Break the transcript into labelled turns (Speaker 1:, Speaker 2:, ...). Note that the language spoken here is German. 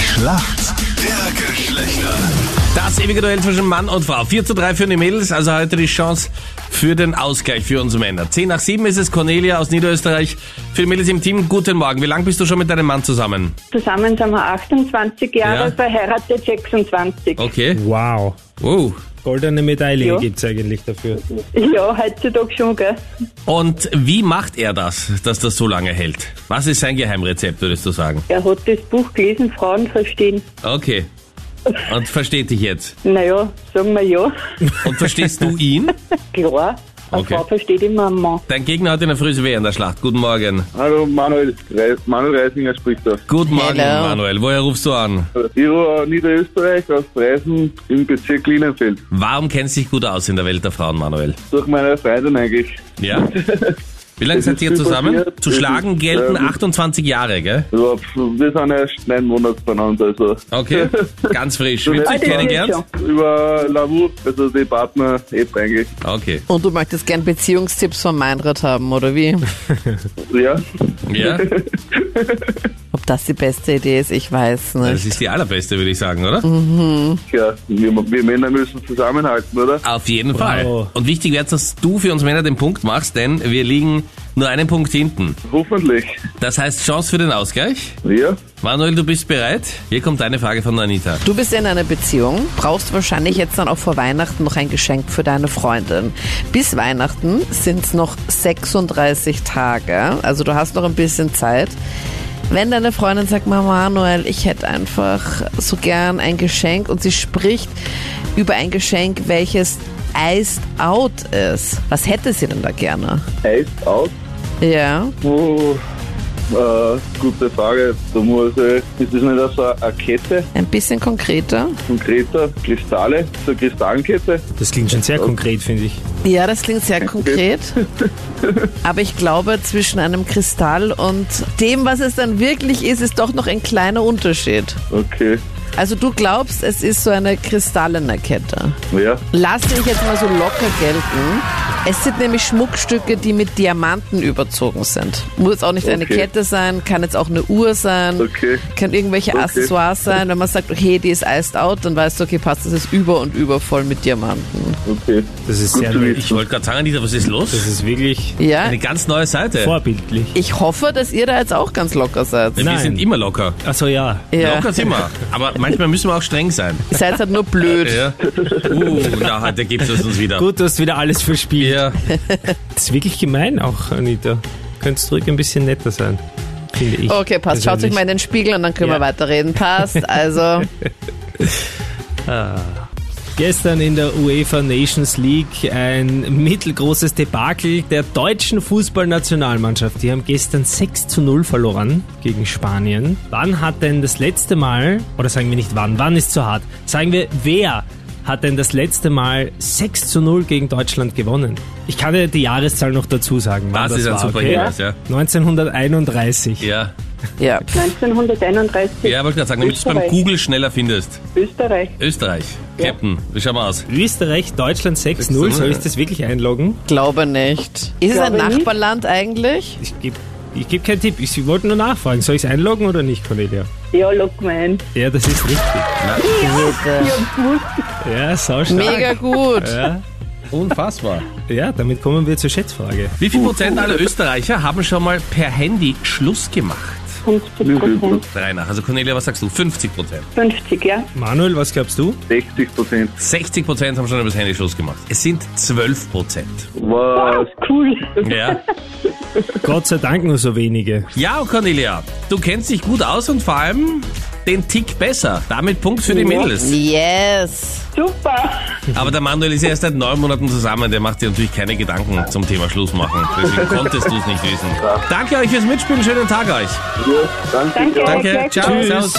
Speaker 1: Schlacht der Geschlechter.
Speaker 2: Das ewige Duell zwischen Mann und Frau. 4 zu 3 für die Mädels, also heute die Chance für den Ausgleich für uns Männer. 10 nach 7 ist es Cornelia aus Niederösterreich. Für die Mädels im Team, guten Morgen. Wie lange bist du schon mit deinem Mann zusammen?
Speaker 3: Zusammen sind wir 28 Jahre, also
Speaker 2: Ja.
Speaker 3: verheiratet 26.
Speaker 2: Okay.
Speaker 4: Wow.
Speaker 2: Wow.
Speaker 4: Goldene Medaille
Speaker 3: Ja.
Speaker 4: gibt's eigentlich dafür.
Speaker 2: Oh.
Speaker 3: Ja, heutzutage schon, gell?
Speaker 2: Und wie macht er das, dass das so lange hält? Was ist sein Geheimrezept, würdest du sagen?
Speaker 3: Er hat das Buch gelesen, Frauen verstehen.
Speaker 2: Okay. Und versteht dich jetzt.
Speaker 3: Naja, sagen wir ja.
Speaker 2: Und verstehst du ihn?
Speaker 3: Klar, eine
Speaker 2: Okay.
Speaker 3: Frau versteht immer einen Mann.
Speaker 2: Dein Gegner hat in der Früh schwer in der Schlacht. Guten Morgen.
Speaker 5: Hallo Manuel, Reis, Manuel Reisinger spricht da.
Speaker 2: Guten Morgen,
Speaker 6: Hello.
Speaker 2: Manuel. Woher rufst du an?
Speaker 5: Ich rufe aus Niederösterreich aus Preisen im Bezirk Lienenfeld.
Speaker 2: Warum kennst du dich gut aus in der Welt der Frauen, Manuel?
Speaker 5: Durch meine Freundin eigentlich.
Speaker 2: Ja. Wie lange
Speaker 5: Das
Speaker 2: seid
Speaker 5: ist
Speaker 2: ihr
Speaker 5: viel
Speaker 2: zusammen?
Speaker 5: passiert.
Speaker 2: Zu
Speaker 5: Das
Speaker 2: schlagen
Speaker 5: ist,
Speaker 2: gelten
Speaker 5: ähm,
Speaker 2: 28 Jahre, gell?
Speaker 5: Ja, pf, Also, wir sind erst neun Monate beieinander, also.
Speaker 2: Okay, ganz frisch.
Speaker 5: Du
Speaker 2: Willst du dich
Speaker 5: nicht.
Speaker 2: kennengelernt?
Speaker 3: Ja.
Speaker 5: Über Lavu, also die Partner-App eigentlich.
Speaker 2: Okay,
Speaker 6: Und du möchtest gern Beziehungstipps von Meinrad haben, oder wie?
Speaker 5: Ja,
Speaker 2: ja,
Speaker 6: Ob das die beste Idee ist, ich weiß
Speaker 2: das
Speaker 6: nicht.
Speaker 2: ist die allerbeste, würde ich sagen, oder?
Speaker 4: Mhm.
Speaker 5: ja wir, wir Männer müssen zusammenhalten, oder?
Speaker 2: Auf jeden Fall.
Speaker 4: Bravo.
Speaker 2: Und wichtig wäre, dass du für uns Männer den Punkt machst, denn wir liegen nur einen Punkt hinten.
Speaker 5: Hoffentlich.
Speaker 2: Das heißt Chance für den Ausgleich.
Speaker 5: Ja,
Speaker 2: Manuel, du bist bereit? Hier kommt eine Frage von Anita.
Speaker 6: Du bist in einer Beziehung, brauchst wahrscheinlich jetzt dann auch vor Weihnachten noch ein Geschenk für deine Freundin. Bis Weihnachten sind es noch 36 Tage, also du hast noch ein bisschen Zeit. Wenn deine Freundin sagt, Mama Manuel, ich hätte einfach so gern ein Geschenk und sie spricht über ein Geschenk, welches iced out ist. Was hätte sie denn da gerne?
Speaker 5: heißt aus.
Speaker 6: Ja,
Speaker 5: Oh, äh, gute Frage. Da muss ich, ist das nicht auch so eine Kette,
Speaker 6: ein bisschen konkreter.
Speaker 5: konkreter, Kristalle, so eine Kristallenkette?
Speaker 4: Das klingt schon sehr konkret, finde ich.
Speaker 6: Ja, das klingt sehr konkret. Aber ich glaube, zwischen einem Kristall und dem, was es dann wirklich ist, ist doch noch ein kleiner Unterschied.
Speaker 5: Okay,
Speaker 6: Also du glaubst, es ist so eine kristallene Kette.
Speaker 5: ja.
Speaker 6: Lass dich jetzt mal so locker gelten. Es sind nämlich Schmuckstücke, die mit Diamanten überzogen sind. Muss jetzt auch nicht eine
Speaker 5: Okay.
Speaker 6: Kette sein, kann jetzt auch eine Uhr sein,
Speaker 5: Okay.
Speaker 6: kann irgendwelche
Speaker 5: Okay.
Speaker 6: Accessoires sein. Wenn man sagt, okay, die ist iced out, dann weißt du, okay, passt, das ist über und über voll mit Diamanten.
Speaker 5: Okay.
Speaker 4: Das ist
Speaker 5: Gut
Speaker 4: sehr
Speaker 5: zu
Speaker 4: neu.
Speaker 5: wissen.
Speaker 2: Ich wollte gerade sagen, Anita, was ist
Speaker 4: Das
Speaker 2: los?
Speaker 4: ist wirklich
Speaker 6: Ja,
Speaker 2: Eine ganz neue Seite.
Speaker 4: vorbildlich.
Speaker 6: Ich hoffe, dass ihr da jetzt auch ganz locker seid.
Speaker 2: Wir
Speaker 4: Nein.
Speaker 2: sind immer locker.
Speaker 4: Also ja.
Speaker 6: Ja.
Speaker 2: Locker sind wir. Aber manchmal müssen wir auch streng sein.
Speaker 6: Ihr seid halt nur blöd.
Speaker 2: Ja. Uh, da hat, da gibt es uns wieder.
Speaker 4: Gut, du hast wieder alles verspielt.
Speaker 2: Ja.
Speaker 4: Das ist wirklich gemein auch, Anita. Könntest zurück ein bisschen netter sein, finde ich.
Speaker 6: Okay, passt. Schaut euch mal in den Spiegel und dann können
Speaker 4: Ja.
Speaker 6: wir weiterreden. Passt. Also,
Speaker 4: Gestern in der UEFA Nations League ein mittelgroßes Debakel der deutschen Fußballnationalmannschaft. Die haben gestern 6 zu 0 verloren gegen Spanien. Wann hat denn das letzte Mal, oder sagen wir nicht wann, wann ist zu hart, sagen wir wer hat denn das letzte Mal 6 zu 0 gegen Deutschland gewonnen? Ich kann dir die Jahreszahl noch dazu sagen. wann
Speaker 2: Das ist ein
Speaker 4: war,
Speaker 2: super
Speaker 4: okay?
Speaker 2: Hinweis, ja.
Speaker 4: 1931.
Speaker 2: Ja.
Speaker 6: ja.
Speaker 3: 1931,
Speaker 2: Ja, wollte gerade sagen, damit du es beim
Speaker 3: Österreich.
Speaker 2: Google schneller findest.
Speaker 3: Österreich.
Speaker 2: Österreich. Captain, wie schauen wir aus?
Speaker 4: Österreich, Deutschland 6-0. Soll ich das wirklich einloggen?
Speaker 6: Glaube nicht. Ist es ein
Speaker 3: Glaube nicht.
Speaker 6: Nachbarland eigentlich?
Speaker 4: Ich gebe ich geb keinen Tipp. Ich wollte nur nachfragen. Soll ich es einloggen oder nicht, Cornelia?
Speaker 3: Ja, lock mal ein.
Speaker 4: Ja, das ist richtig. Ja, sau stark.
Speaker 6: Mega gut.
Speaker 4: Ja,
Speaker 2: Unfassbar.
Speaker 4: ja, damit kommen wir zur Schätzfrage.
Speaker 2: Wie viel Prozent aller Österreicher haben schon mal per Handy Schluss gemacht?
Speaker 3: 50 Prozent.
Speaker 2: Drei nach. Also Cornelia, was sagst du? 50 Prozent.
Speaker 3: 50, ja.
Speaker 4: Manuel, was glaubst du?
Speaker 5: 60 Prozent.
Speaker 2: 60 Prozent haben schon übers Handy Schluss gemacht. Es sind 12 Prozent.
Speaker 5: Was?
Speaker 3: Cool.
Speaker 2: Ja.
Speaker 4: Gott sei Dank nur so wenige.
Speaker 2: Ja, Cornelia, du kennst dich gut aus und vor allem den Tick besser. Damit Punkt für die Mädels.
Speaker 6: Yes.
Speaker 3: Super.
Speaker 2: Aber der Manuel ist ja erst seit neun Monaten zusammen. Der macht dir natürlich keine Gedanken zum Thema Schluss machen. Deswegen konntest du es nicht wissen. Danke euch fürs Mitspielen. Schönen Tag euch.
Speaker 5: Ja, danke.
Speaker 3: Danke.
Speaker 2: Danke. Ciao.
Speaker 4: Tschüss.
Speaker 2: Servus.